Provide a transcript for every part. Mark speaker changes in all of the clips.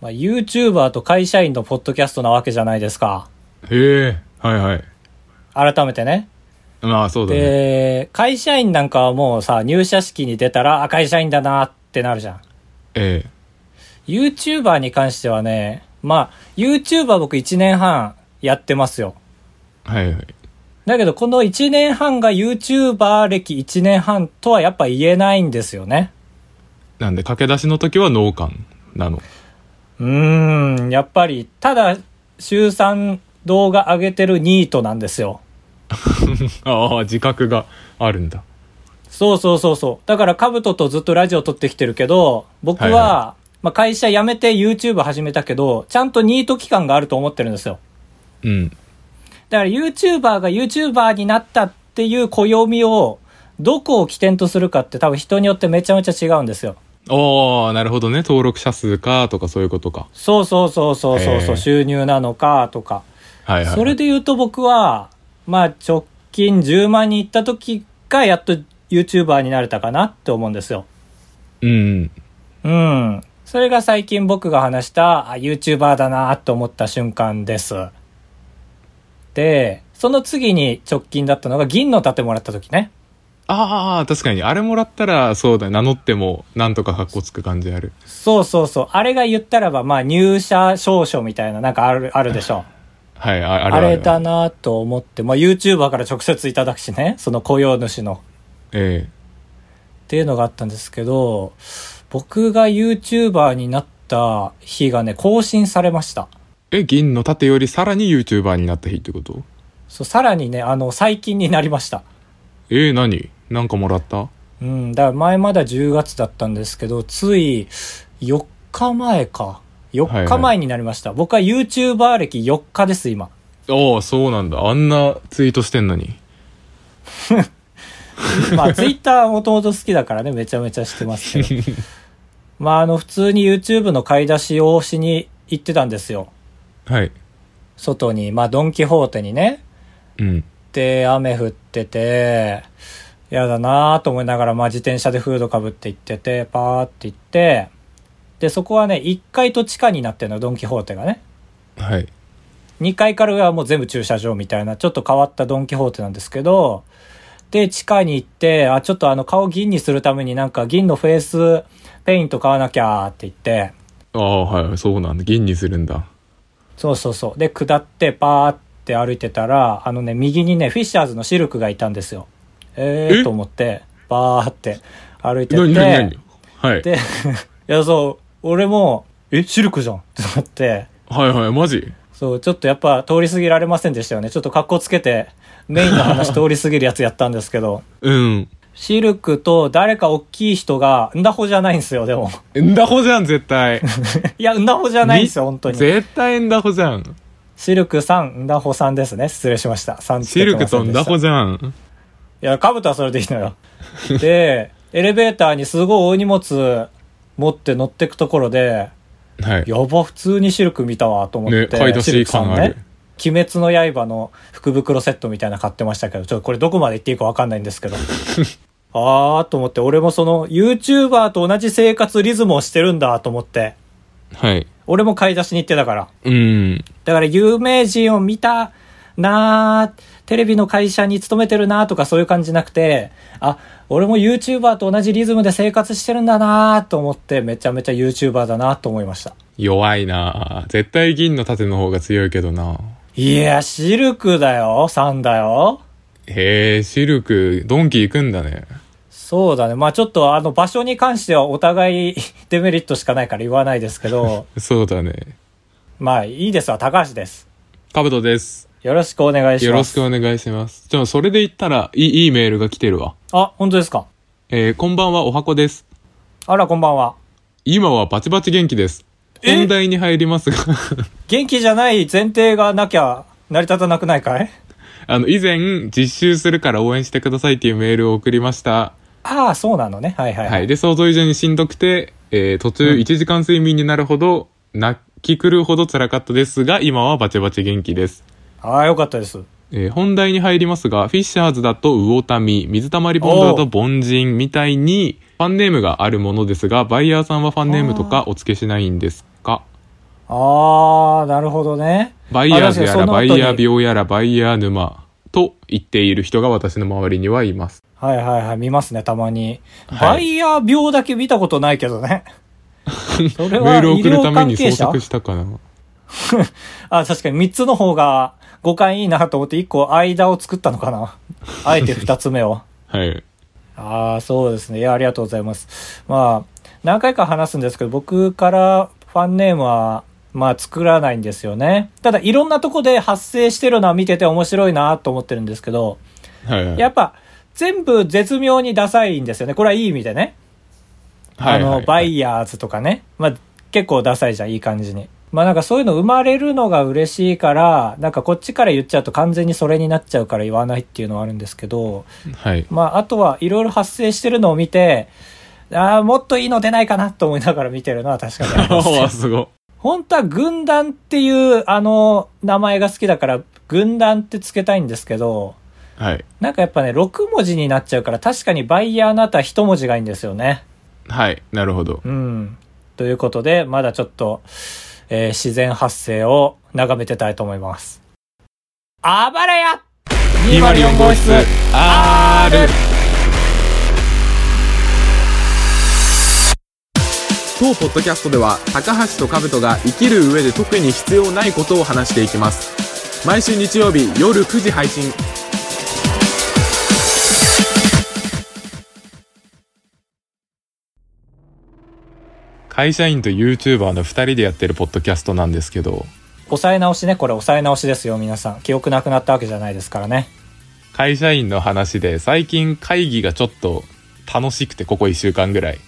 Speaker 1: まあ、YouTuber と会社員のポッドキャストなわけじゃないですか。
Speaker 2: へえ、はいはい。
Speaker 1: 改めてね。
Speaker 2: まあそうだね。
Speaker 1: で、会社員なんかはもうさ、入社式に出たら、あ、会社員だなってなるじゃん。
Speaker 2: え
Speaker 1: YouTuber に関してはね、まあ、YouTuber 僕1年半やってますよ。
Speaker 2: え、はいはい。
Speaker 1: だけど、この1年半が YouTuber 歴1年半とはやっぱ言えないんですよね。
Speaker 2: なんで、駆け出しの時は農家なの。
Speaker 1: うーん、やっぱり、ただ、週3動画上げてるニートなんですよ。
Speaker 2: ああ、自覚があるんだ。
Speaker 1: そうそうそうそう。だから、カブトとずっとラジオ撮ってきてるけど、僕は、
Speaker 2: はいは
Speaker 1: まあ、会社辞めて YouTube 始めたけど、ちゃんとニート期間があると思ってるんですよ。
Speaker 2: うん。
Speaker 1: だから YouTuber が YouTuber になったっていう暦を、どこを起点とするかって多分人によってめちゃめちゃ違うんですよ。
Speaker 2: ああ、なるほどね。登録者数かとかそういうことか。
Speaker 1: そうそうそうそうそうそう、
Speaker 2: へー
Speaker 1: 収入なのかとか。
Speaker 2: はいはい。
Speaker 1: それで言うと僕は、まあ直近10万人行った時がやっと YouTuber になれたかなって思うんですよ。
Speaker 2: うん。
Speaker 1: うん。それが最近僕が話した、あ、YouTuber だなと思った瞬間です。で、その次に直近だったのが銀の盾もらった時ね。
Speaker 2: ああ、確かに。あれもらったら、そうだね。名乗っても、なんとか格好つく感じある。
Speaker 1: そうそうそう。あれが言ったらば、まあ入社証書みたいな、なんかある、あるでしょ。
Speaker 2: はい、ああ
Speaker 1: あ
Speaker 2: るある
Speaker 1: れだなと思って、まあ YouTuber から直接いただくしね、その雇用主の。
Speaker 2: え
Speaker 1: っ
Speaker 2: え。
Speaker 1: ていうのがあったんですけど、僕が YouTuber になった日がね、更新されました。
Speaker 2: え、銀の盾よりさらに YouTuber になった日ってこと
Speaker 1: そう、さらにね、あの、最近になりました。
Speaker 2: えー、何なんかもらった
Speaker 1: うん、だから前まだ10月だったんですけど、つい4日前か。4日前になりました。僕は YouTuber 歴4日です、今。
Speaker 2: ああ、そうなんだ。あんなツイートしてんのに。
Speaker 1: まあ、ツイッターもともと好きだからね、めちゃめちゃしてますけど。まあ、あの、普通に YouTube の買い出しをしに行ってたんですよ。
Speaker 2: はい。
Speaker 1: 外に、まあ、ドンキホーテにね。
Speaker 2: うん。
Speaker 1: で、雨降ってて、やだなぁと思いながら、まあ、自転車でフードかぶって行ってて、パーって行って、で、そこはね、1階と地下になってるの、ドンキホーテがね。
Speaker 2: はい。
Speaker 1: 2階から上はもう全部駐車場みたいな、ちょっと変わったドンキホーテなんですけど、で、地下に行って、あ、ちょっとあの顔銀にするためになんか銀のフェイスペイント買わなきゃって言って、
Speaker 2: ああ、はい。そうなんだ。銀にするんだ。
Speaker 1: そうそうそう。で、下ってパーって歩いてたら、あのね、右にね、フィッシャーズのシルクがいたんですよ。えー
Speaker 2: え
Speaker 1: と思って、パーって歩いて
Speaker 2: なに
Speaker 1: て、
Speaker 2: なになにはい。
Speaker 1: で、 いや、そう、俺も、え、シルクじゃんってなって、
Speaker 2: はいはい。マジ
Speaker 1: そう、ちょっとやっぱ通り過ぎられませんでしたよね。ちょっと格好つけて、メインの話通り過ぎるやつやったんですけ ど、
Speaker 2: うん。
Speaker 1: シルクと誰か大きい人が、んだほじゃないんですよ、で も。
Speaker 2: んだほじゃん、絶対。
Speaker 1: いや、んだほじゃないんですよ、本当に。
Speaker 2: 絶対んだほじゃん。
Speaker 1: シルクさん、んだほさんですね。失礼しました。さんつけ
Speaker 2: シ
Speaker 1: て
Speaker 2: ル
Speaker 1: ませで
Speaker 2: ク
Speaker 1: した
Speaker 2: とんだほじゃん。
Speaker 1: いや、カブトはそれでいいの よ。で、エレベーターにすごい大荷物持って乗ってくところで、
Speaker 2: はい。
Speaker 1: やば、普通にシルク見たわ、と思って。
Speaker 2: ね買い出し
Speaker 1: シルクさん
Speaker 2: 感ある
Speaker 1: 鬼滅の刃の福袋セットみたいなの買ってましたけど、ちょっとこれどこまで言っていいかわかんないんです けど。あーと思って、俺もその YouTuber と同じ生活リズムをしてるんだと思って、
Speaker 2: はい。
Speaker 1: 俺も買い出しに行ってたから。
Speaker 2: うん。
Speaker 1: だから有名人を見たなーテレビの会社に勤めてるなーとかそういう感じなくて、あ、俺も YouTuber と同じリズムで生活してるんだなーと思って、めちゃめちゃ YouTuber だなと思いました。
Speaker 2: 弱いな絶対銀の盾の方が強いけどない
Speaker 1: や、シルクだよ、さんだよ。
Speaker 2: へえ、シルク、ドンキ行くんだね。
Speaker 1: そうだね。まあちょっとあの場所に関してはお互い デメリットしかないから言わないですけど、
Speaker 2: そうだね。
Speaker 1: まあいいですわ、高橋です。
Speaker 2: カブトです。
Speaker 1: よろしくお願いし
Speaker 2: よろ
Speaker 1: ま
Speaker 2: し
Speaker 1: す。
Speaker 2: くお願いします。ちょ、それで言ったら、いい、いいメールが来てるわ。
Speaker 1: あ、本当ですか。
Speaker 2: えー、こんばんは、おはこです。
Speaker 1: あら、こんばんは。
Speaker 2: 今はバチバチ元気です。
Speaker 1: え
Speaker 2: 本題に入りますが
Speaker 1: 元気じゃない前提がなきゃ成り立たなくないかい
Speaker 2: あの、以前、実習するから応援してくださいっていうメールを送りました。
Speaker 1: ああ、そうなのね。はいはい、
Speaker 2: はい。で、想像以上にしんどくて、えー、途中1時間睡眠になるほど、泣き狂うほど辛かったですが、今はバチバチ元気です。
Speaker 1: ああ、よかったです。
Speaker 2: えー本題に入りますが、フィッシャーズだと魚民、水溜りボンドだと凡人みたいに、ファンネームがあるものですが、バイヤーさんはファンネームとかお付けしないんですか
Speaker 1: ああ、なるほどね。
Speaker 2: バイヤーズや
Speaker 1: あ
Speaker 2: らバイヤ。
Speaker 1: 確かにその後
Speaker 2: ー
Speaker 1: に
Speaker 2: 病やらバイヤー沼と言っている人が私の周りにはいます。
Speaker 1: はいはいはい、見ますね、たまに。
Speaker 2: はい
Speaker 1: バイヤー病だけ見たことないけど ね。そ
Speaker 2: メ
Speaker 1: れは
Speaker 2: ールを
Speaker 1: 医
Speaker 2: 送るた
Speaker 1: 療
Speaker 2: め
Speaker 1: 関
Speaker 2: に
Speaker 1: 係
Speaker 2: 捜
Speaker 1: 者
Speaker 2: 索したかな。
Speaker 1: あ、確かに3つの方が5回いいなと思って1個間を作ったのかな。あえて2つ目を。
Speaker 2: はい。
Speaker 1: ああ、そうですね。いや、ありがとうございます。まあ、何回か話すんですけど、僕からファンネームは、まあ、作らないんですよね。ただ、いろんなとこで発生してるのは見てて面白いなと思ってるんですけど、
Speaker 2: はいはい。
Speaker 1: やっぱ、全部絶妙にダサいんですよね。これはいい意味でね。
Speaker 2: はいはい
Speaker 1: あの、バイヤーズとかね。まあ、結構ダサいじゃん、いい感じに。まあなんかそういうの生まれるのが嬉しいから、なんかこっちから言っちゃうと完全にそれになっちゃうから言わないっていうのはあるんですけど、
Speaker 2: はい。
Speaker 1: まああとはいろいろ発生してるのを見て、ああ、もっといいの出ないかなと思いながら見てるのは確かにあります
Speaker 2: お
Speaker 1: ね
Speaker 2: ーすごい。
Speaker 1: 本当は軍団っていうあの名前が好きだから、軍団ってつけたいんですけど、
Speaker 2: はい。
Speaker 1: なんかやっぱね、6文字になっちゃうから確かにバイヤーの後は1文字がいいんですよね。
Speaker 2: はい。なるほど。
Speaker 1: うん。ということで、まだちょっと、えー自然発生を眺めてたいと思います。あばらや
Speaker 2: 204号室 R! 当ポッドキャストでは高橋と兜が生きる上で特に必要ないことを話していきます毎週日曜日夜9時配信会社員と YouTuber の2人でやってるポッドキャストなんですけど
Speaker 1: 抑え直しね、これ抑え直しですよ、皆さん。記憶なくなったわけじゃないですからね。
Speaker 2: 会社員の話で最近会議がちょっと楽しくてここ1週間ぐらい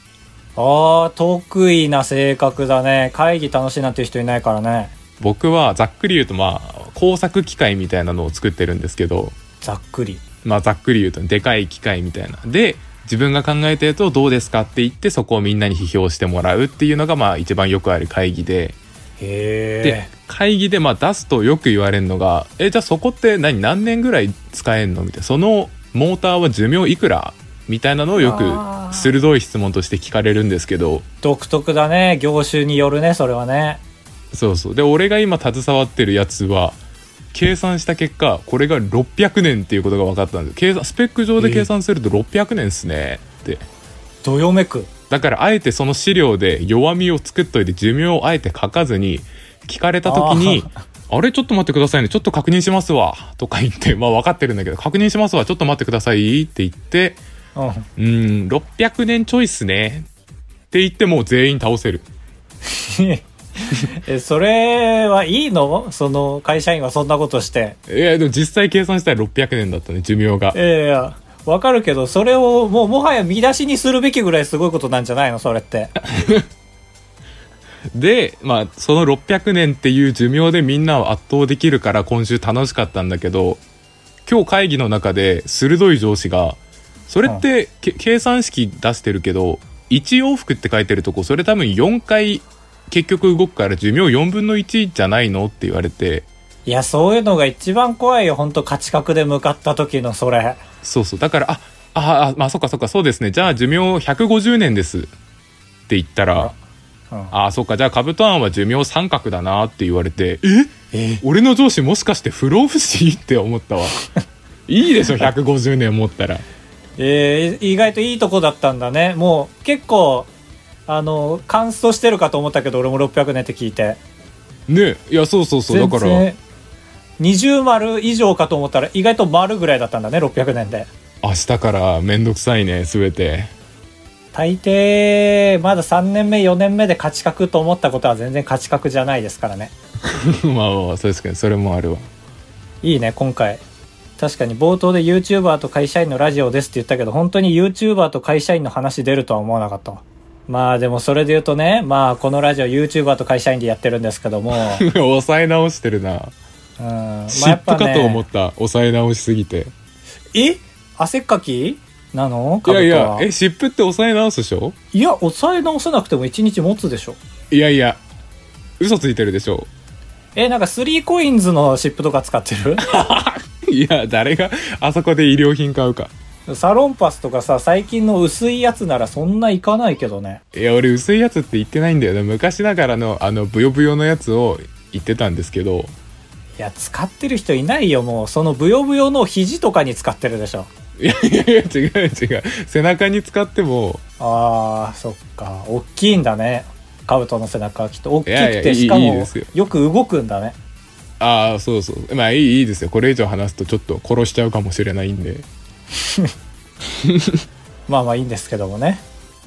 Speaker 1: ああ、得意な性格だね。会議楽しいなんていう人いないからね。
Speaker 2: 僕はざっくり言うとまあ工作機械みたいなのを作ってるんですけど
Speaker 1: ざっくり。
Speaker 2: まあざっくり言うとでかい機械みたいなで自分が考えたやつをどうですかって言ってそこをみんなに批評してもらうっていうのがまあ一番よくある会議でで
Speaker 1: へえ。
Speaker 2: 会議でまあ出すとよく言われるのが「えじゃあそこって何何年ぐらい使えんの?」みたいな「そのモーターは寿命いくら?」みたいなのをよ
Speaker 1: あー
Speaker 2: く鋭い質問として聞かれるんですけど
Speaker 1: 独特だね。業種によるね、それはね。
Speaker 2: そうそうで俺が今携わってるやつは計算した結果これが600年っていうことが分かったんです計算スペック上で計算すると600年っすねって
Speaker 1: どよめく。
Speaker 2: だからあえてその資料で弱みを作っといて寿命をあえて書かずに聞かれた時に「あれちょっと待ってくださいねちょっと確認しますわ」とか言ってまあ分かってるんだけど「確認しますわちょっと待ってください」って言って
Speaker 1: うん。
Speaker 2: 「うーん600年ちょいっすね」って言ってもう全員倒せる
Speaker 1: え、それはいいのその会社員はそんなことして。
Speaker 2: いやでも実際計算したら600年だったね寿命が
Speaker 1: いやいや、わかるけど、それをもうもはや見出しにするべきぐらいすごいことなんじゃないのそれ って。
Speaker 2: で、まあ、その600年っていう寿命でみんなを圧倒できるから今週楽しかったんだけど今日会議の中で鋭い上司がそれって、け計算式出してるけど1往復って書いてるとこそれ多分4回結局動くから寿命4分の1じゃないのって言われて
Speaker 1: いや、そういうのが一番怖いよ。ほんと価値格で向かった時のそれ。
Speaker 2: そうそうだからあああまあそっかそっかそうですねじゃあ寿命150年ですって言ったら
Speaker 1: うん
Speaker 2: ああそっかじゃあカブトアンは寿命三角だなって言われてえ俺の上司もしかして不老不死って思った わいいでしょ150年持ったら
Speaker 1: えー意外といいとこだったんだね。もう結構、あの、乾燥してるかと思ったけど、俺も600年って聞いて。
Speaker 2: ねいやそうそうそうだから
Speaker 1: 全然。20丸以上かと思ったら、意外と丸ぐらいだったんだね、600年で。
Speaker 2: 明日からめんどくさいね全て
Speaker 1: 大抵、まだ3年目、4年目で価値格と思ったことは全然価値格じゃないですからね。
Speaker 2: まあまあそうですけどそれもあるわ
Speaker 1: いいね、今回。確かに冒頭で YouTuber と会社員のラジオですって言ったけど、本当に YouTuber と会社員の話出るとは思わなかったわ。まあでもそれで言うとね、まあこのラジオ YouTuber と会社員でやってるんですけ ども、うん。
Speaker 2: 抑え直してるな
Speaker 1: まあ
Speaker 2: 嫉
Speaker 1: ぱ
Speaker 2: 妬かと思った抑え直しすぎて
Speaker 1: え汗っかきなの
Speaker 2: いやいやえ
Speaker 1: え
Speaker 2: 湿布って抑え直すでしょ
Speaker 1: いや、抑え直さなくても1日持つでしょ。
Speaker 2: いやいや嘘ついてるでしょ
Speaker 1: え、なんか 3COINS のシップとか使ってる
Speaker 2: いや誰があそこで医療品買うか
Speaker 1: サロンパスとかさ、最近の薄いやつならそんな行かないけどね。
Speaker 2: いや俺薄いやつって言ってないんだよね昔ながらのあのブヨブヨのやつを言ってたんですけど
Speaker 1: いや、使ってる人いないよ、もう。そのブヨブヨの肘とかに使ってるでしょ。
Speaker 2: いやいやいや違う違う背中に使っても
Speaker 1: あー、そっか。大きいんだね。カブトの背中はきっと。大きくて、
Speaker 2: いやいや
Speaker 1: しか
Speaker 2: いいいい
Speaker 1: も
Speaker 2: ですよ、
Speaker 1: よく動くんだね。
Speaker 2: ああそうそうまあいいいいですよこれ以上話すとちょっと殺しちゃうかもしれないんで
Speaker 1: まあまあいいんですけどもね。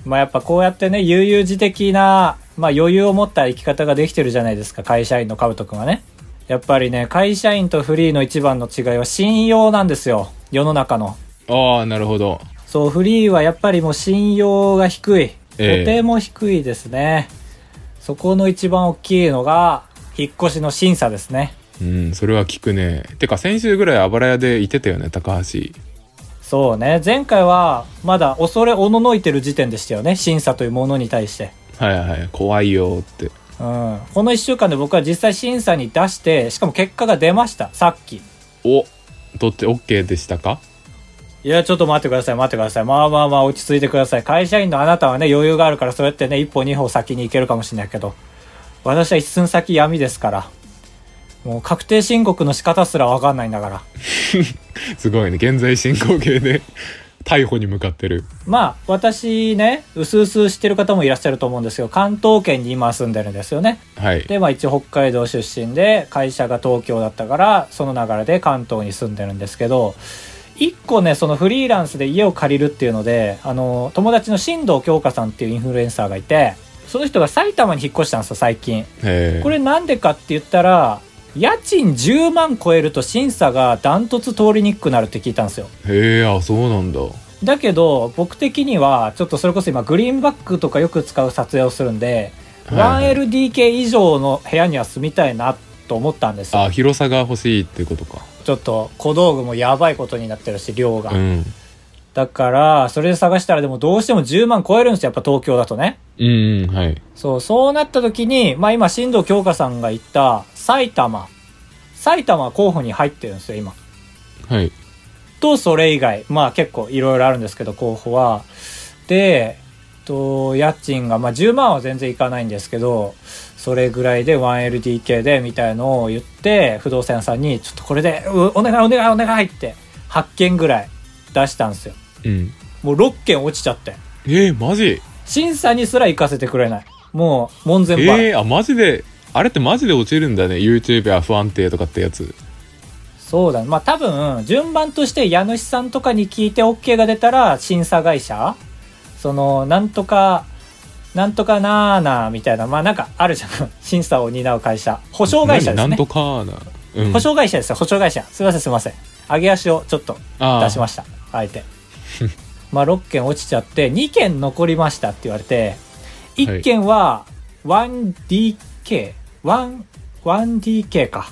Speaker 1: まあやっぱこうやってね、悠々自適な、まあ余裕を持った生き方ができてるじゃないですか、会社員のカブトくんはね。やっぱりね、会社員とフリーの一番の違いは信用なんですよ。世の中の。
Speaker 2: ああなるほど
Speaker 1: そう、フリーはやっぱりもう信用が低い。
Speaker 2: ええ
Speaker 1: とても低いですね。そこの一番大きいのが、引っ越しの審査ですね。
Speaker 2: うんそれは聞くねてか先週ぐらいあばら屋でいてたよね高橋
Speaker 1: そうね、前回はまだ恐れおののいてる時点でしたよね、審査というものに対して。
Speaker 2: はいはい怖いよって
Speaker 1: うん、この1週間で僕は実際審査に出してしかも結果が出ましたさっきい
Speaker 2: おどっち OK でしたか
Speaker 1: やちょっと待ってください待ってくださいまあまあまあ落ち着いてください会社員のあなたはね余裕があるからそうやってね一歩二歩先に行けるかもしれないけど私は一寸先闇ですからもう確定申告の仕方すら分かんないんだから
Speaker 2: すごいね現在進行形で 逮捕に向かってる
Speaker 1: まあ私ねうすうす知ってる方もいらっしゃると思うんですけど関東圏に今住んでるんですよね
Speaker 2: はい
Speaker 1: でまあ一応北海道出身で会社が東京だったからその流れで関東に住んでるんですけど一個ねそのフリーランスで家を借りるっていうのであの友達の新藤京香さんっていうインフルエンサーがいてその人が埼玉に引っ越したんですよ最近
Speaker 2: えー
Speaker 1: これなんでかって言ったら家賃10万超えると審査がダントツ通りにくくなるって聞いたんですよ
Speaker 2: へえあそうなんだ
Speaker 1: だけど僕的にはちょっとそれこそ今グリーンバックとかよく使う撮影をするんで、
Speaker 2: はい
Speaker 1: 1LDK 以上の部屋には住みたいなと思ったんです
Speaker 2: あ
Speaker 1: よ
Speaker 2: 広さが欲しいってことか
Speaker 1: ちょっと小道具もやばいことになってるし量が、
Speaker 2: うん
Speaker 1: だからそれで探したらでもどうしても10万超えるんですよやっぱ東京だとね
Speaker 2: うんうんはい
Speaker 1: そうそうなった時にまあ今新藤京香さんが言った埼玉埼玉は候補に入ってるんですよ今
Speaker 2: はい
Speaker 1: とそれ以外まあ結構いろいろあるんですけど候補はで、えっと、家賃が、まあ、10万は全然いかないんですけどそれぐらいで 1LDK でみたいのを言って不動産屋さんにちょっとこれでうお願いお願いお願いって8件ぐらい出したんですよ
Speaker 2: うん
Speaker 1: もう6件落ちちゃって
Speaker 2: えー、マジ
Speaker 1: 審査にすら行かせてくれないもう門前払い、
Speaker 2: えー、あマジであれってマジで落ちるんだね YouTube や不安定とかってやつ
Speaker 1: そうだねまあ多分順番として家主さんとかに聞いて OK が出たら審査会社そのなんとかなんとかなーなーみたいなまあなんかあるじゃん審査を担う会社保証会社で
Speaker 2: 何
Speaker 1: す
Speaker 2: な
Speaker 1: ね
Speaker 2: んとかーな、うん、
Speaker 1: 保証会社ですよ保証会社すいませんすいません上げ足をちょっと出しま
Speaker 2: し
Speaker 1: したあえてまあ6件落ちちゃって2件残りましたって言われて1件は 1DK1DK、1DK か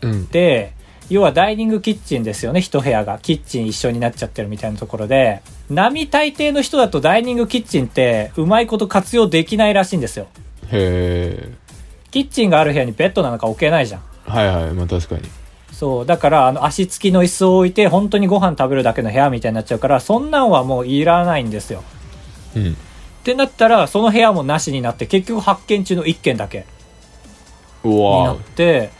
Speaker 2: たうん
Speaker 1: で要はダイニングキッチンですよね一部屋がキッチン一緒になっちゃってるみたいなところで並大抵の人だとダイニングキッチンってうまいこと活用できないらしいんですよ
Speaker 2: へえ
Speaker 1: キッチンがある部屋にベッドなんか置けないじゃん
Speaker 2: はいはいまあ確かに
Speaker 1: そうだからあの足つきの椅子を置いて本当にご飯食べるだけの部屋みたいになっちゃうからそんなんはもういらないんですよ
Speaker 2: うん
Speaker 1: ってなったらその部屋もなしになって結局発見中の1軒だけ
Speaker 2: う
Speaker 1: にな
Speaker 2: わ
Speaker 1: っ
Speaker 2: ー
Speaker 1: て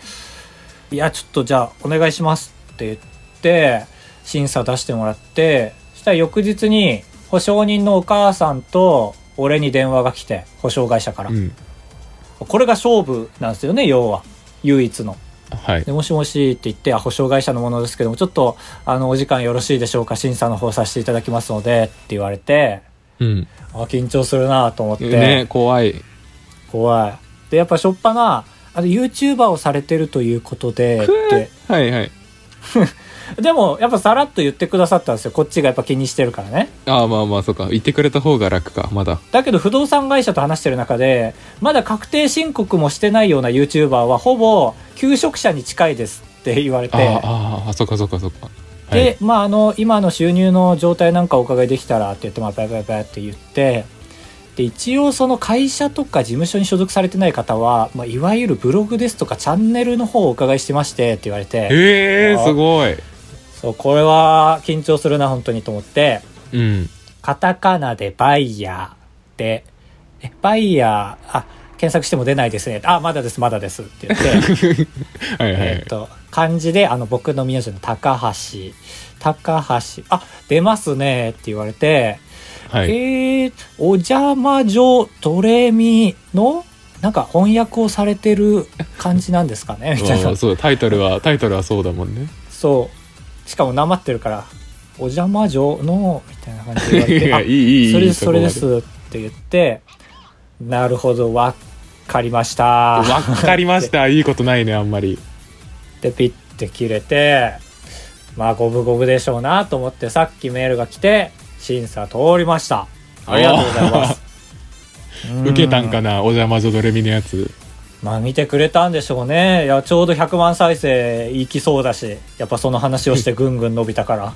Speaker 1: 「いやちょっとじゃあお願いします」って言って審査出してもらってそしたら翌日に保証人のお母さんと俺に電話が来て保証会社から、
Speaker 2: うん
Speaker 1: これが勝負なんですよね要は唯一の
Speaker 2: はい
Speaker 1: でもしもしって言ってあ保証会社のものですけどもちょっとあのお時間よろしいでしょうか審査の方させていただきますのでって言われて
Speaker 2: うん
Speaker 1: あ緊張するなと思って、
Speaker 2: ね怖い
Speaker 1: 怖いでやっぱしょっぱなあの YouTuber をされてるということでって
Speaker 2: はいはい
Speaker 1: でも、やっぱさらっと言ってくださったんですよ。こっちがやっぱ気にしてるからね。
Speaker 2: ああまあまあそうか言ってくれた方が楽かまだ
Speaker 1: だけど、不動産会社と話してる中で、まだ確定申告もしてないような YouTuber は、ほぼ、求職者に近いですって言われて
Speaker 2: あ。ーあーあそっかそっかそっかはい
Speaker 1: で、まあ、あの、今の収入の状態なんかお伺いできたらって言って、まあ、バイバイバイって言って、で、一応その会社とか事務所に所属されてない方は、まあ、いわゆるブログですとかチャンネルの方をお伺いしてましてって言われて、
Speaker 2: へえ
Speaker 1: あー
Speaker 2: すごい
Speaker 1: そう、これは緊張するな、本当にと思って、
Speaker 2: うん。
Speaker 1: カタカナでバイヤーで、え、バイヤー、あ、検索しても出ないですね。あ、まだです、まだですって 言って、
Speaker 2: はいはい。
Speaker 1: えっと、漢字で、あの、僕の名字の高橋、高橋、あ、出ますねって言われて、
Speaker 2: はい。
Speaker 1: えー、お邪魔女ドレミの、なんか翻訳をされてる感じなんですか ねみたい
Speaker 2: あ
Speaker 1: な
Speaker 2: あ。そうタイトルはタイトルはそうだもんね。
Speaker 1: そう。しかもなまってるから、お邪魔女の、みたいな感じで言われ て、あ
Speaker 2: い やいいいいいい。
Speaker 1: それです、それで
Speaker 2: こ
Speaker 1: すって言って、なるほど、わかりまし
Speaker 2: ま
Speaker 1: た。
Speaker 2: で。わかりました。いいことないねあんまり。
Speaker 1: で、ピッて切れて、まあ、五分五分でしょうなと思って、さっきメールが来て、審査通りました。ありがとうございます。
Speaker 2: 受けたんか
Speaker 1: な
Speaker 2: なお邪魔女ドレミのやつ。
Speaker 1: まあ見てくれたんでしょうね。いや、ちょうど100万再生いきそうだし、やっぱその話をしてぐんぐん伸びた から。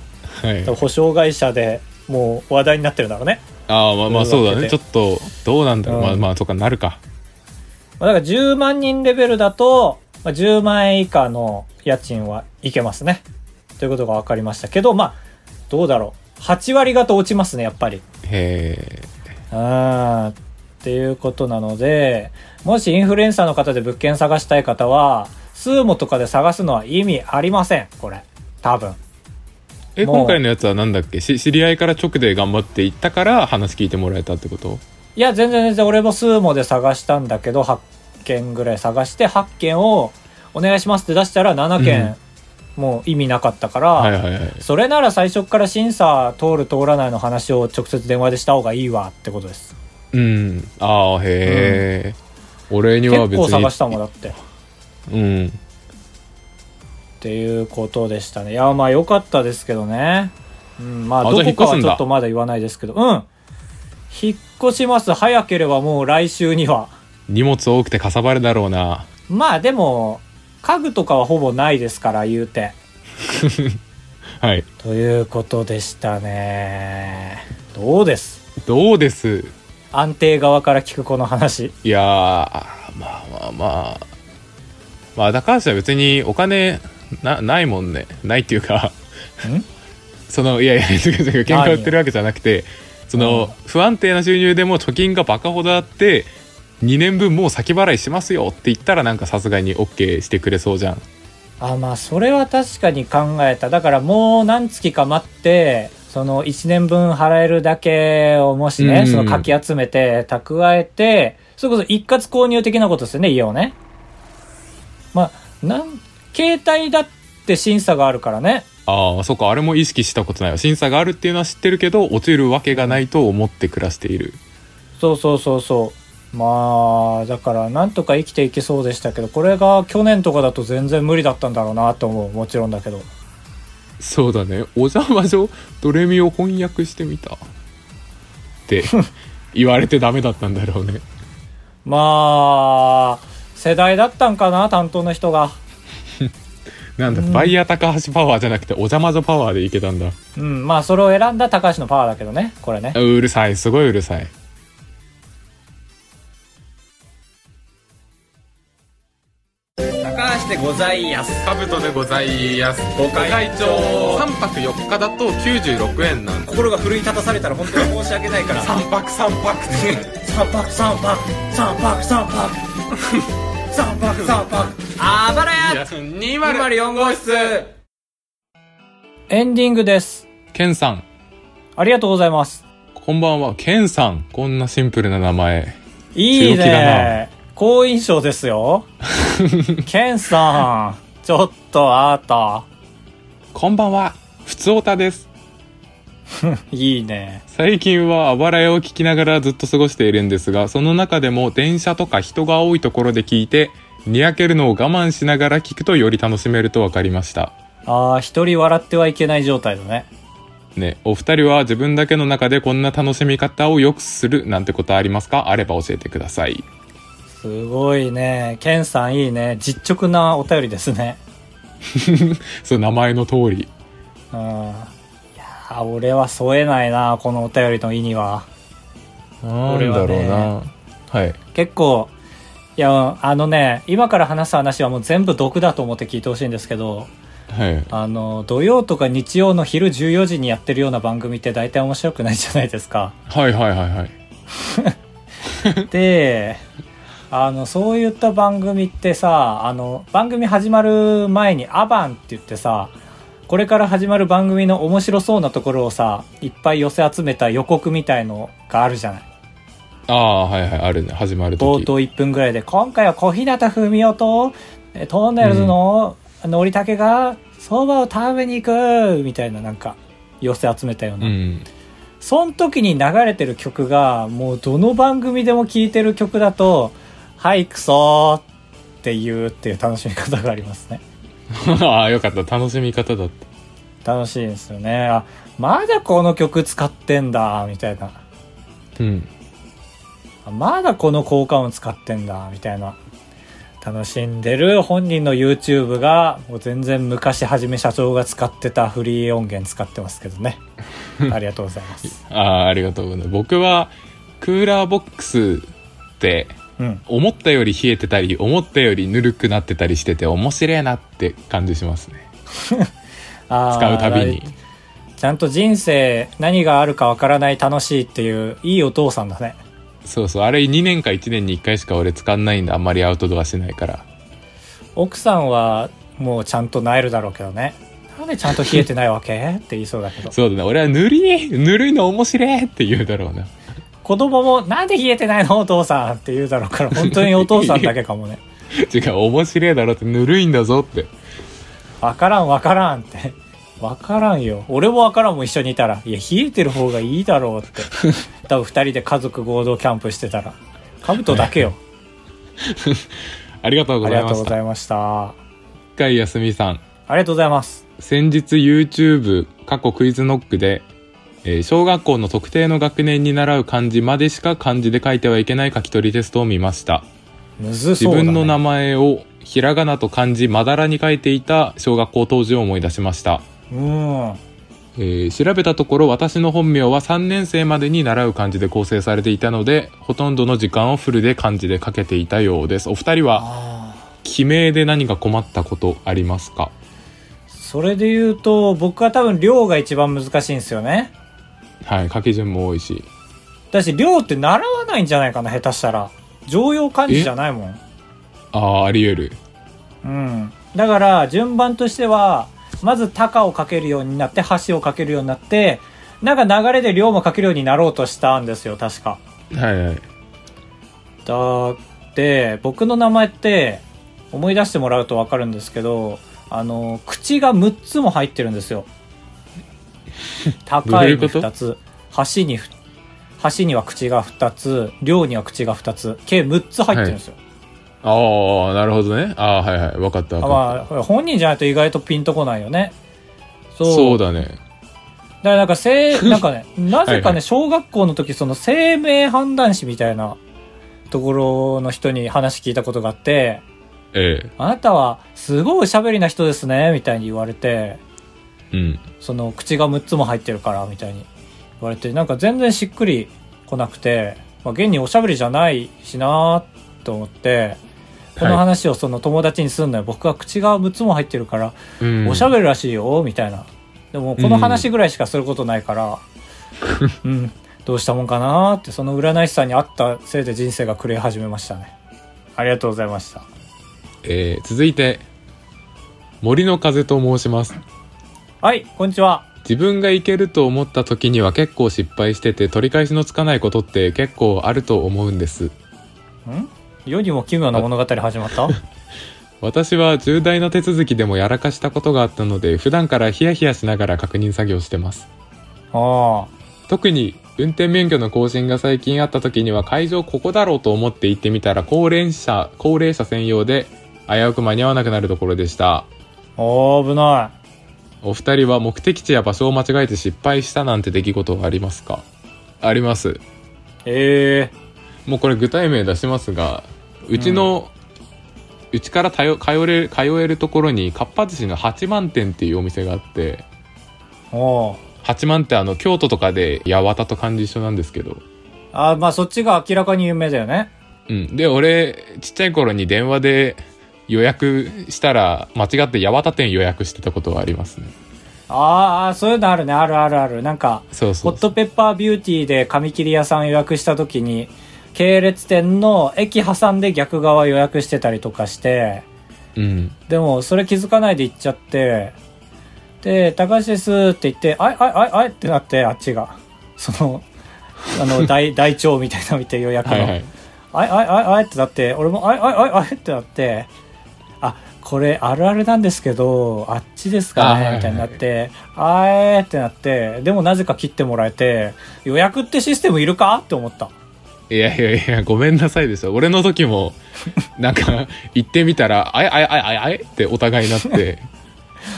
Speaker 2: はい
Speaker 1: 多。分保証会社でもう話題になってるんだろうね。
Speaker 2: ああまあまあそうだ
Speaker 1: うん
Speaker 2: ね。ちょっとどうなんだろう。
Speaker 1: うん
Speaker 2: まあまあとかなるか。
Speaker 1: まあ、だから10万人レベルだと、まあ、10万円以下の家賃はいけますね。ということが分かりましたけど、まあ、どうだろう。8割方落ちますね、やっぱり。
Speaker 2: へえ。
Speaker 1: うん。っていうことなので、もしインフルエンサーの方で物件探したい方は、スーモとかで探すのは意味ありません、これ。多分。
Speaker 2: え
Speaker 1: もう
Speaker 2: 今回のやつはなんだっけし知り合いから直で頑張って行ったから話聞いてもらえたってこと
Speaker 1: いや、全然全然、俺もスーモで探したんだけど、8件ぐらい探して、8件をお願いしますって出したら7件、もう意味なかったから、
Speaker 2: はいはいはい
Speaker 1: それなら最初から審査通る通らないの話を直接電話でした方がいいわってことです。
Speaker 2: うんああへえ、俺に
Speaker 1: 結
Speaker 2: は別
Speaker 1: 構
Speaker 2: に
Speaker 1: 探したもんだって。っ
Speaker 2: うん
Speaker 1: ていうことでしたね。いや、まあ良かったですけどね。うん、まあ
Speaker 2: あ
Speaker 1: ど
Speaker 2: じゃあ
Speaker 1: こか
Speaker 2: 引っ越す
Speaker 1: は
Speaker 2: ん
Speaker 1: ち
Speaker 2: だ
Speaker 1: ょっとまだ言わないですけど、うん。引っ越します。早ければもう来週には。
Speaker 2: 荷物多くてかさばるだろうな
Speaker 1: まあでも、家具とかはほぼないですから、言うて。
Speaker 2: はい
Speaker 1: ということでしたねどうです
Speaker 2: どうです
Speaker 1: 安定側から聞くこの話
Speaker 2: いやーまあまあまあまあ高橋は別にお金なないもんねないっていうか そのいやい や違う違う喧嘩売ってるわけじゃなくてその、不安定な収入でも貯金がバカほどあって2年分もう先払いしますよって言ったらなんかさすがに OK してくれそうじゃん
Speaker 1: あまあそれは確かに考えただからもう何月か待ってその1年分払えるだけをもしね、
Speaker 2: うん
Speaker 1: そのかき集めて蓄えてそれこそ一括購入的なことですよね家をねまあなん携帯だって審査があるからね
Speaker 2: ああそっかあれも意識したことないわ審査があるっていうのは知ってるけど落ちるわけがないと思って暮らしている
Speaker 1: そうそうそうそう。まあ、だから、なんとか生きていけそうでしたけど、これが去年とかだと全然無理だったんだろうなと思う。もちろんだけど。
Speaker 2: そうだね「お邪魔女ドレミ」を翻訳してみたって言われてダメだったんだろうね
Speaker 1: まあ、世代だったんかな、担当の人が。
Speaker 2: なんだバイヤー高橋パワーじゃなくてお邪魔女パワーでいけたんだ
Speaker 1: うん、まあ、それを選んだ高橋のパワーだけどね、これね。
Speaker 2: うるさいすごいうるさい
Speaker 1: 高橋でございやす。
Speaker 2: カブトでございますご
Speaker 1: 会長
Speaker 2: 3泊4日だと96円なん
Speaker 1: 心が奮い立たされたら本当に申し訳ないから。
Speaker 2: 3泊3泊って
Speaker 1: 三泊三泊、三泊三泊。三泊三泊。あばら
Speaker 2: 204号室
Speaker 1: エンディングです。
Speaker 2: ケンさん
Speaker 1: ありがとうございます。
Speaker 2: こんばんはケンさんこんなシンプルな名前
Speaker 1: いい
Speaker 2: 強気だ
Speaker 1: ね。好印象です よ。ケンさん、ちょっとあーた。
Speaker 2: こんばんはふつおたです
Speaker 1: いいね。
Speaker 2: 最近はあばら屋を聞きながらずっと過ごしているんですがその中でも電車とか人が多いところで聞いてにやけるのを我慢しながら聞くとより楽しめると分かりました
Speaker 1: あー、一人笑ってはいけない状態だね。
Speaker 2: ねお二人は自分だけの中でこんな楽しみ方をよくするなんてことありますかあれば教えてください
Speaker 1: すごいね。ケンさんいいね。実直なお便りですね。
Speaker 2: そう名前の通り
Speaker 1: うん。いやー俺は添えないな、このお便りの意には。
Speaker 2: なん
Speaker 1: 俺はね
Speaker 2: はい
Speaker 1: 結構、いや、あのね、今から話す話はもう全部毒だと思って聞いてほしいんですけど、
Speaker 2: はい。
Speaker 1: あの土曜とか日曜の昼14時にやってるような番組って大体面白くないじゃないですか。
Speaker 2: はいはいはいはい。
Speaker 1: であのそういった番組ってさあの番組始まる前に「アバン」って言ってさこれから始まる番組の面白そうなところをさいっぱい寄せ集めた予告みたいのがあるじゃない
Speaker 2: ああ、はいはい、あるね。始まる
Speaker 1: 冒
Speaker 2: とき。
Speaker 1: 頭1分ぐらいで「今回は小日向文雄とえトンネルズののりたけがそばを食べに行く」みたいななんか寄せ集めたような、
Speaker 2: うん。
Speaker 1: その時に流れてる曲が、もうどの番組でも聴いてる曲だと、はい、クソーっていうっていう楽しみ方がありますね。
Speaker 2: ああ、よかった。楽しみ方だった。
Speaker 1: 楽しいですよね。あ、まだこの曲使ってんだ、みたいな。
Speaker 2: うん。
Speaker 1: あまだこの効果音使ってんだ、みたいな。楽しんでる本人の YouTube が、もう全然昔はじめ社長が使ってたフリー音源使ってますけど ね。ありがとうございます。
Speaker 2: ああ、ありがとうございます。僕は、クーラーボックスって、
Speaker 1: うん。
Speaker 2: 思ったより冷えてたり、思ったよりぬるくなってたりしてて、面白いなって感じしますね。 使
Speaker 1: 使
Speaker 2: うたびに。
Speaker 1: ちゃんと人生何があるかわからない楽しいっていういいお父さんだね。
Speaker 2: そうそう、あれ2年か1年に1回しか俺使んないんで、あんまりアウトドアしないから。
Speaker 1: 奥さんはもうちゃんとなえるだろうけどね。なんでちゃんと冷えてないわ けって言いそうだけど。
Speaker 2: そうだね。俺はぬりいぬるいの面白いって言うだろうな。
Speaker 1: 子供もなんで冷えてないのお父さんって言うだろうから、本当にお父さんだけかもね。
Speaker 2: 違う、面白いだろって、ぬるいんだぞって。
Speaker 1: わからんわからんって。 わからんよ。俺もわからんも一緒にいたら。いや、冷えてる方がいいだろうって。多分二人で家族合同キャンプしてたら。カブトだけよ。
Speaker 2: ありがとう
Speaker 1: あ
Speaker 2: ご
Speaker 1: り
Speaker 2: ざい
Speaker 1: がと
Speaker 2: ま
Speaker 1: う
Speaker 2: し
Speaker 1: ご
Speaker 2: た。
Speaker 1: ざいました。あ
Speaker 2: 一回休みさん。
Speaker 1: りがとうございます。
Speaker 2: 先日 YouTube 過去クイズノックで、えー小学校の特定の学年に習う漢字までしか漢字で書いてはいけない書き取りテストを見ました。
Speaker 1: むず
Speaker 2: 自
Speaker 1: そうだ、ね。
Speaker 2: 分の名前をひらがなと漢字まだらに書いていた小学校当時を思い出しました。
Speaker 1: うん。
Speaker 2: えー調べたところ私の本名は3年生までに習う漢字で構成されていたのでほとんどの時間をフルで漢字で書けていたようですお二人は
Speaker 1: あ
Speaker 2: 記名で何か困ったことありますか
Speaker 1: あそれで言うと僕は多分量が一番難しいんですよね
Speaker 2: はい書き順も多いし
Speaker 1: だし量って習わないんじゃないかな下手したら常用漢字じゃないもん
Speaker 2: あああり得る
Speaker 1: うんだから順番としてはまず「高」をかけるようになって「橋」をかけるようになってなんか流れで量もかけるようになろうとしたんですよ確か
Speaker 2: はいはい
Speaker 1: だって僕の名前って思い出してもらうと分かるんですけどあの口が6つも入ってるんです よ高いに
Speaker 2: どういうこと
Speaker 1: 2つ橋にふ橋には口が2つ量には口が2つ計6つ入ってるんですよ、
Speaker 2: ああなるほどねああはいはい分かった分
Speaker 1: あ
Speaker 2: かっ
Speaker 1: まあ本人じゃないと意外とピンとこないよねそ
Speaker 2: た
Speaker 1: う
Speaker 2: そう
Speaker 1: だ
Speaker 2: だね
Speaker 1: からなんかせいなんかねなぜかね
Speaker 2: はいはい
Speaker 1: 小学校の時その生命判断士みたいなところの人に話聞いたことがあって
Speaker 2: え
Speaker 1: あなたはすごいおしゃべりな人ですね、みたいに言われて、
Speaker 2: えうん
Speaker 1: その口が6つも入ってるから、みたいに言われて、なんか全然しっくりこなくて、まあ、現におしゃべりじゃないしなーと思って、この
Speaker 2: は
Speaker 1: 話をその友達にすんのよ。僕は口が6つも入ってるから、
Speaker 2: うん
Speaker 1: おしゃべりらしいよ、みたいな。でもこの話ぐらいしかすることない から、うん、どうしたもんかなーって、その占い師さんに会ったせいで人生が狂い始めましたね。ありがとうございました。
Speaker 2: えー続いて森の風と申します
Speaker 1: はい、こんにちは。
Speaker 2: 自分がいけると思った時には結構失敗してて取り返しのつかないことって結構あると思うんです
Speaker 1: ん世にも奇妙な物語始まった
Speaker 2: 私は重大な手続きでもやらかしたことがあったので普段からヒヤヒヤしながら確認作業してます
Speaker 1: あ
Speaker 2: 特に運転免許の更新が最近あった時には会場ここだろうと思って行ってみたら高齢者高齢者専用で危うく間に合わなくなるところでした
Speaker 1: あー危な
Speaker 2: お二人は目的地や場所を間違えて失敗したなんて出来事はありますかあります
Speaker 1: いえ
Speaker 2: もうこれ具体名出しますがうちの、うちから通通れ通えるところにかっぱ寿司の八幡店っていうお店があって
Speaker 1: ー、おー
Speaker 2: 八幡ってあの京都とかで八幡と漢字一緒なんですけど、
Speaker 1: あーまあそっちが明らかに有名だよね
Speaker 2: うん、で俺ちっちゃい頃に電話で予約したら間違って八幡店予約してたことはありますね
Speaker 1: あーあーそういうのあるねあるあるあるなんか
Speaker 2: そうそ
Speaker 1: ホ
Speaker 2: う
Speaker 1: ットペッパービューティーで紙切り屋さん予約した時に系列店の駅挟んで逆側予約してたりとかして
Speaker 2: うん
Speaker 1: でもそれ気づかないで行っちゃってで「高橋です」って言って「あいあいあいあい」ってなってあっちがそのあ の大大腸みたいなの見て予約の
Speaker 2: はいは
Speaker 1: あ
Speaker 2: い
Speaker 1: いあいあいあいってなって俺もあいあいあいあいってなってあこれあるあるなんですけどあっちですか
Speaker 2: あ
Speaker 1: ねみたいになってあえってなってでもなぜか切ってもらえて予約ってシステムいるかって思った
Speaker 2: いやいやいやごめんなさいでしょ俺の時もなんか 行ってみたら「あえあえあえあえあえ」ってお互いにな って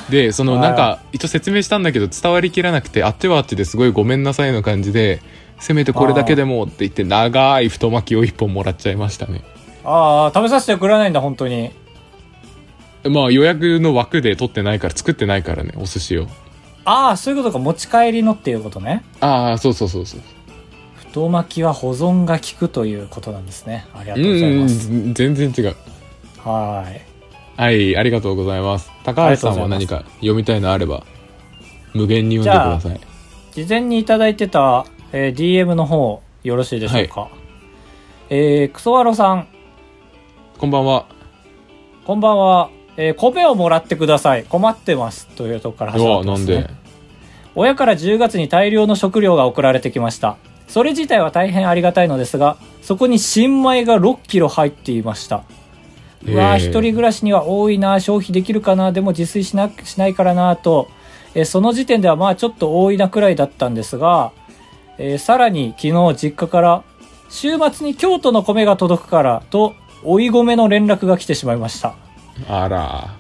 Speaker 2: でその
Speaker 1: あー
Speaker 2: なんか一応説明したんだけど伝わりきらなくてあっちはあっちですごいごめんなさいの感じでせめてこれだけでもって言って長い太巻きを一本もらっちゃいましたね
Speaker 1: ああ食べさせてくれないんだ本当に
Speaker 2: まあ予約の枠で取ってないから作ってないからねお寿司を
Speaker 1: ああそういうことか持ち帰りのっていうことね
Speaker 2: ああそうそうそうそう
Speaker 1: 太巻きは保存が効くということなんですねありが
Speaker 2: う
Speaker 1: と
Speaker 2: ん
Speaker 1: うござい
Speaker 2: うん
Speaker 1: ます、
Speaker 2: 全然違う
Speaker 1: はーい
Speaker 2: はいありがとうございます高橋さんは
Speaker 1: あり
Speaker 2: 何
Speaker 1: がと
Speaker 2: か読みたいのあれば無限に読んでください
Speaker 1: 事前にいただいてた、えー DM の方よろしいでしょうか、えークソワロさん
Speaker 2: こんばんは
Speaker 1: こんばんは、えー米をもらってください困ってますというとこから始
Speaker 2: う
Speaker 1: ま
Speaker 2: わ
Speaker 1: ってま
Speaker 2: な
Speaker 1: す、
Speaker 2: ん
Speaker 1: ね、
Speaker 2: で
Speaker 1: 親から10月に大量の食料が送られてきましたそれ自体は大変ありがたいのですがそこに新米が6キロ入っていましたうわー
Speaker 2: へー
Speaker 1: 一人暮らしには多いな消費できるかなでも自炊しなしないからなと、えーその時点ではまあちょっと多いなくらいだったんですが、えーさらに昨日実家から週末に京都の米が届くからと追い米の連絡が来てしまいました
Speaker 2: あら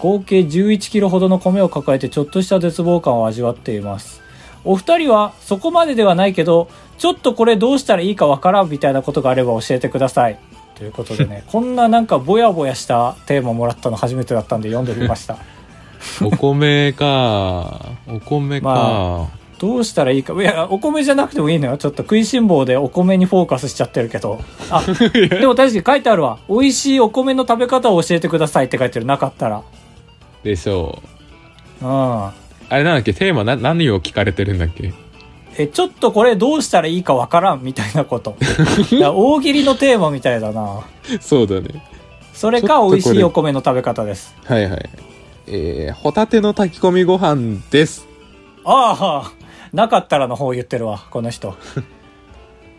Speaker 1: 合計11キロほどの米を抱えてちょっとした絶望感を味わっていますお二人はそこまでではないけどちょっとこれどうしたらいいかわからんみたいなことがあれば教えてくださいということでねこんななんかぼやぼやしたテーマもらったの初めてだったんで読んでみました
Speaker 2: お 米かお米か、
Speaker 1: まどうしたらいいかいやお米じゃなくてもいいのよちょっと食いしん坊でお米にフォーカスしちゃってるけどあでも確かに書いてあるわ美味しいお米の食べ方を教えてくださいって書いてるなかったら
Speaker 2: でしょう
Speaker 1: うん
Speaker 2: あれなんだっけテーマな何を聞かれてるんだっけ
Speaker 1: え、ちょっとこれどうしたらいいかわからんみたいな こと。いや大喜利のテーマみたいだな。
Speaker 2: そうだね
Speaker 1: それ
Speaker 2: ちょ
Speaker 1: か
Speaker 2: っとこ
Speaker 1: 美
Speaker 2: れ
Speaker 1: 味しいお米の食べ方です。
Speaker 2: はいはいえー、ホタテの炊き込みご飯です
Speaker 1: ああ、なかったらの方言ってるわ、この 人。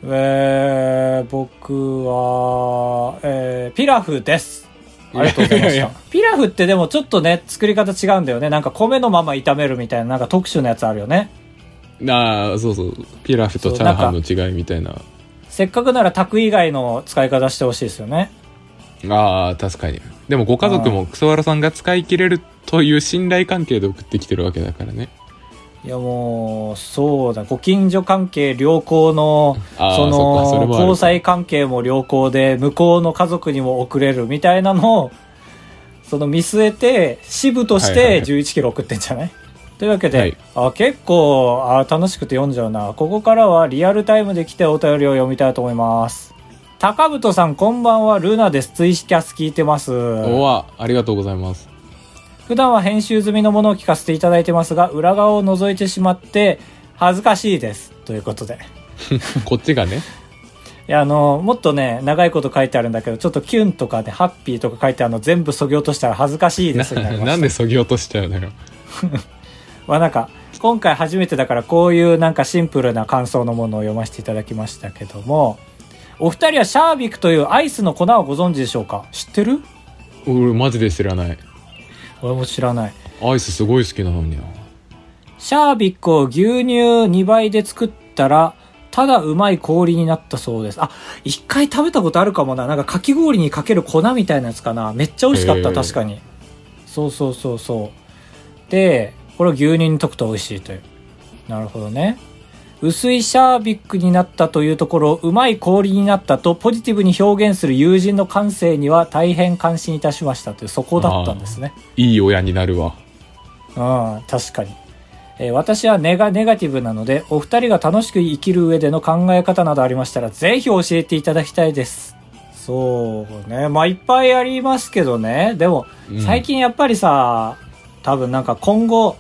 Speaker 1: えー、僕は、えー、ピラフです。ありがとうございま
Speaker 2: い
Speaker 1: し
Speaker 2: やいや
Speaker 1: た
Speaker 2: いや。
Speaker 1: ピラフってでもちょっとね、作り方違うんだよね。なんか米のまま炒めるみたいな、なんか特殊なやつあるよね。
Speaker 2: ああそうそうピラフとチャーハンの違いみたいな
Speaker 1: せっかくなら炊く以外の使い方してほしいですよね。
Speaker 2: あー確かにでもご家族もクソワラさんが使い切れるという信頼関係で送ってきてるわけだからね
Speaker 1: いやもう、そうだ、ご近所関係良好の、
Speaker 2: あー
Speaker 1: そ
Speaker 2: そっかそれ
Speaker 1: の、
Speaker 2: もある
Speaker 1: 交際関係も良好で、向こうの家族にも送れるみたいなのを、その見据えて、支部とし
Speaker 2: はいはい
Speaker 1: て
Speaker 2: はい
Speaker 1: 11キロ送ってんじゃない、というわけで、
Speaker 2: はい
Speaker 1: あ結構あ楽しくて読んじゃうな。ここからはリアルタイムで来てお便りを読みたいと思います。高太さん、こんばんは、ルナです。ツイキャス聞いてます。
Speaker 2: おわありがとうございます
Speaker 1: 普段は編集済みのものを聞かせていただいてますが裏側を覗いてしまって恥ずかしいですということで
Speaker 2: こっちがね
Speaker 1: いやあのもっとね長いこと書いてあるんだけどちょっとキュンとかねハッピーとか書いてあるの全部そぎ落としたら恥ずかし いですになりました
Speaker 2: なんでそぎ落としちゃうのよ
Speaker 1: まあなんか今回初めてだからこういうなんかシンプルな感想のものを読ませていただきましたけどもお二人はシャービックというアイスの粉をご存知でしょうか知ってる
Speaker 2: 俺マジで知らない
Speaker 1: 俺も知らない
Speaker 2: アイスすごい好きなのにな
Speaker 1: シャービックを牛乳2倍で作ったら、ただうまい氷になったそうです。あ、一回食べたことあるかもな。なんかかき氷にかける粉みたいなやつかな。めっちゃ美味しかっ
Speaker 2: へ
Speaker 1: た、
Speaker 2: ー
Speaker 1: 確かに。そうそうそうそう。で、これを牛乳に溶くと美味しいという。なるほどね。薄いシャービックになったというところをうまい氷になったとポジティブに表現する友人の感性には大変感心いたしましたというそこだったんですね。
Speaker 2: いい親になるわ
Speaker 1: うん、確かに。えー私はネガネガティブなので、お二人が楽しく生きる上での考え方などありましたら、ぜひ教えていただきたいです。そうねまあいっぱいありますけどねでも
Speaker 2: うん
Speaker 1: 最近やっぱりさ、多分なんか今後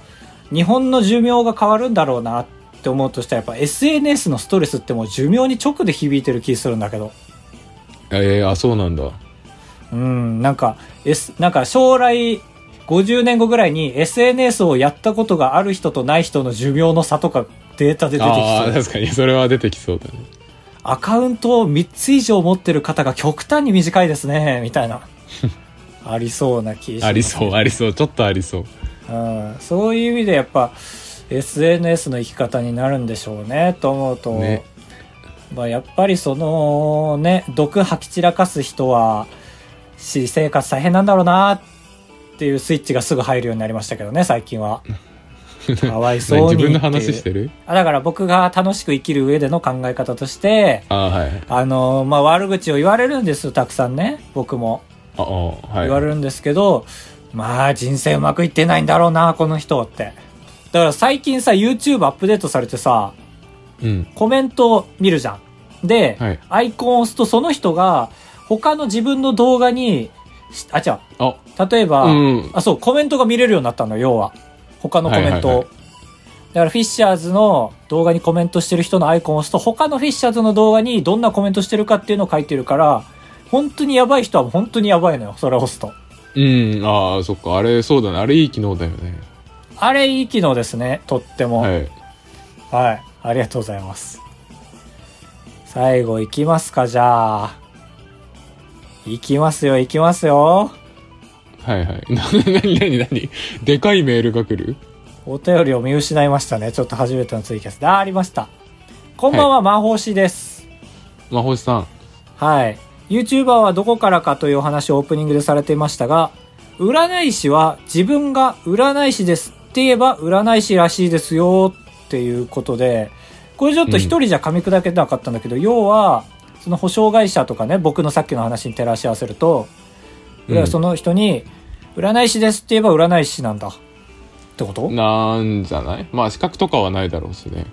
Speaker 1: 日本の寿命が変わるんだろうなって思うとしたらやっぱ SNS のストレスってもう寿命に直で響いてる気するんだけど
Speaker 2: ええあそうなんだ
Speaker 1: うんなんか、S、なんか将来50年後ぐらいに SNS をやったことがある人とない人の寿命の差とかデータで出て
Speaker 2: ああ
Speaker 1: きそう
Speaker 2: 確かにそれは出てきそうだね
Speaker 1: アカウントを3つ以上持ってる方が極端に短いですねみたい なありそうな気します
Speaker 2: ありそうありそうちょっとありそう
Speaker 1: うん、そういう意味でやっぱ SNS の生き方になるんでしょうねと思うと、
Speaker 2: ね
Speaker 1: まあ、やっぱりそのね毒吐き散らかす人は私生活大変なんだろうなっていうスイッチがすぐ入るようになりましたけどね最近 はかわいそうにって
Speaker 2: 何
Speaker 1: いう
Speaker 2: 自分の話してる
Speaker 1: あだから僕が楽しく生きる上での考え方として
Speaker 2: ああはい
Speaker 1: あのまあ悪口を言われるんですよたくさんね僕も
Speaker 2: ああはい
Speaker 1: 言われるんですけど、まあ人生うまくいってないんだろうなこの人ってだから最近さ YouTube アップデートされてさ
Speaker 2: うん
Speaker 1: コメントを見るじゃんで、
Speaker 2: はい
Speaker 1: アイコンを押すとその人が他の自分の動画にしあ違
Speaker 2: あ
Speaker 1: う例えば、
Speaker 2: うん
Speaker 1: あそうコメントが見れるようになったの要は他のコメントを、
Speaker 2: はいはいはい
Speaker 1: だからフィッシャーズの動画にコメントしてる人のアイコンを押すと他のフィッシャーズの動画にどんなコメントしてるかっていうのを書いてるから本当にやばい人は本当にやばいのよそれを押すと
Speaker 2: うんああそっかあれそうだねあれいい機能だよね
Speaker 1: あれいい機能ですね、とっても。は、
Speaker 2: はいい
Speaker 1: ありがとうございます。最後いきますか、じゃあ。いきますよ、いきますよ。
Speaker 2: はい はいな何何何でかいメールが来る
Speaker 1: お便りを見失いましたね。ちょっと初めてのツイキャス。あ、ありました。こんばんは、魔法師です。
Speaker 2: まほしさん
Speaker 1: はい。YouTuber はどこからかというお話をオープニングでされていましたが、占い師は自分が占い師ですって言えば占い師らしいですよっていうことで、これちょっと一人じゃ噛み砕けなかったんだけど、要は、その保証会社とかね、僕のさっきの話に照らし合わせると、
Speaker 2: うん
Speaker 1: その人に、占い師ですって言えば占い師なんだ。ってこと
Speaker 2: なんじゃないまあ資格とかはないだろうしね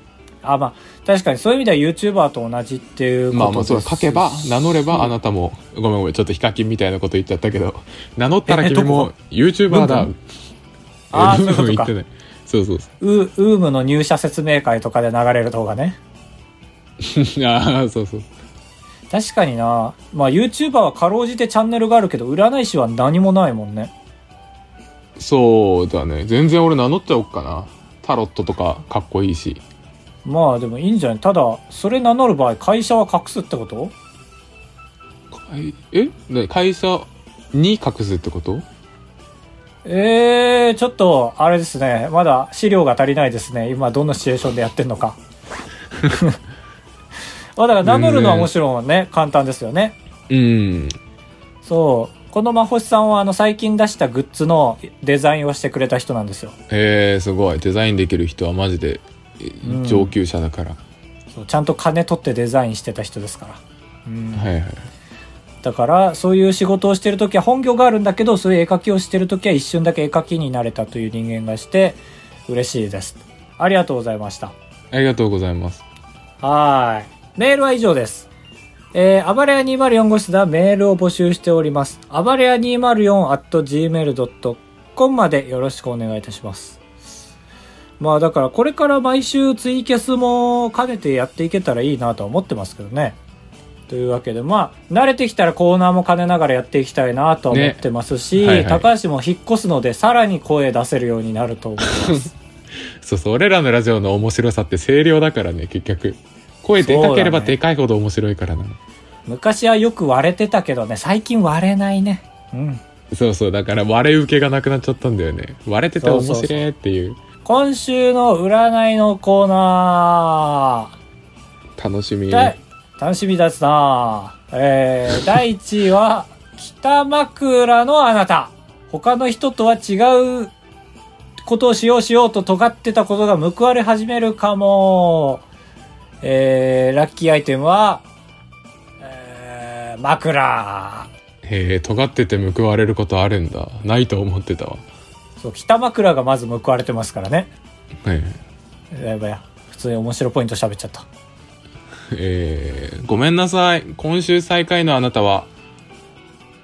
Speaker 1: あ、まあ、確かにそういう意味では YouTuber と同じっていうこと
Speaker 2: まあまあそうだ
Speaker 1: です
Speaker 2: 書けば
Speaker 1: し
Speaker 2: 名乗ればあなたもごめんごめんちょっとヒカキンみたいなこと言っちゃったけど名乗ったら
Speaker 1: ええ
Speaker 2: 君も
Speaker 1: ど
Speaker 2: YouTuber だ
Speaker 1: ブンブンあー
Speaker 2: えブンブン
Speaker 1: そういうこと
Speaker 2: 言
Speaker 1: か
Speaker 2: ってないそうそうそう
Speaker 1: ウウームの入社説明会とかで流れる動画ね。
Speaker 2: ああそう そう
Speaker 1: 確かにな。まあ YouTuber はかろうじてチャンネルがあるけど、占い師は何もないもんね。
Speaker 2: そうだね全然俺名乗っちゃおっかなタロットとかかっこいいし
Speaker 1: まあでもいいんじゃないただ、それ名乗る場合、会社は隠すってこと
Speaker 2: 会えね会社に隠すってこと
Speaker 1: えー、ちょっと、あれですね。まだ資料が足りないですね。今、どんなシチュエーションでやってんの か。 まあだから名乗るのはもちろんね、簡単ですよね。
Speaker 2: うん
Speaker 1: そう。このまほしさんは、あの、最近出したグッズのデザインをしてくれた人なんですよ。
Speaker 2: えー、すごいデザインできる人はマジでえ
Speaker 1: うん
Speaker 2: 上級者だから、
Speaker 1: そうちゃんと金取ってデザインしてた人ですから。うん
Speaker 2: はいはい
Speaker 1: だからそういう仕事をしてる時は本業があるんだけどそういう絵描きをしてる時は一瞬だけ絵描きになれたという人間がして嬉しいですありがとうございました
Speaker 2: ありがとうございます
Speaker 1: はーいメールは以上ですえー、暴れ屋204号室ではメールを募集しております。暴れ屋 204.gmail.com までよろしくお願いいたします。まあだからこれから毎週ツイキャスも兼ねてやっていけたらいいなとは思ってますけどね。というわけでまあ慣れてきたらコーナーも兼ねながらやっていきたいなとは思ってますし、
Speaker 2: ねはいはい
Speaker 1: 高橋も引っ越すのでさらに声出せるようになると思います。
Speaker 2: そうそう俺らのラジオの面白さって声量だからね結局声でかければ
Speaker 1: そうだね
Speaker 2: でかいほど面白いからなそう,、
Speaker 1: 昔はよく割れてたけどね、最近割れないね。うん。
Speaker 2: そうだから割れ受けがなくなっちゃったんだよね割れてて面白いっていう
Speaker 1: 今週の占いのコーナ
Speaker 2: 楽しみ
Speaker 1: ー、だい楽しみだっすなえー、第1位は北枕のあなた他の人とは違うことをしようしようと尖ってたことが報われ始めるかもえー、ラッキーアイテムは、えー、枕
Speaker 2: へえ尖ってて報われることあるんだないと思ってたわ
Speaker 1: そう北枕がまず報われてますからね
Speaker 2: はい
Speaker 1: やばいや普通に面白ポイント喋っちゃった
Speaker 2: えーごめんなさい今週最下位のあなたは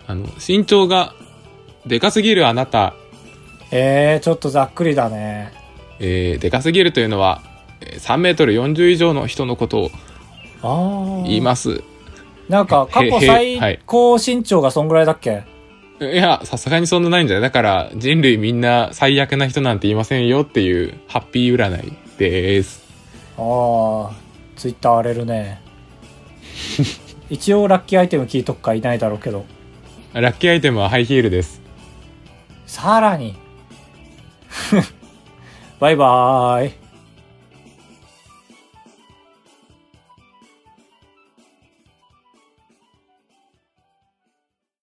Speaker 2: あの、身長がでかすぎるあなた、
Speaker 1: えー、ちょっとざっくりだね。
Speaker 2: えーでかすぎるというのは、えー3メートル40以上の人のことを
Speaker 1: ああ。
Speaker 2: 言います。
Speaker 1: なんか、過去
Speaker 2: へへはい
Speaker 1: 最高身長がそんぐらいだっけ、
Speaker 2: いや、さすがにそんなないんじゃないだから、人類みんな最悪な人なんていませんよっていう、ハッピー占いです。
Speaker 1: ああ、ツイッター荒れるね。一応ラッキーアイテム聞いとくかいないだろうけど。
Speaker 2: ラッキーアイテムはハイヒールです。
Speaker 1: さらに。バイバーイ。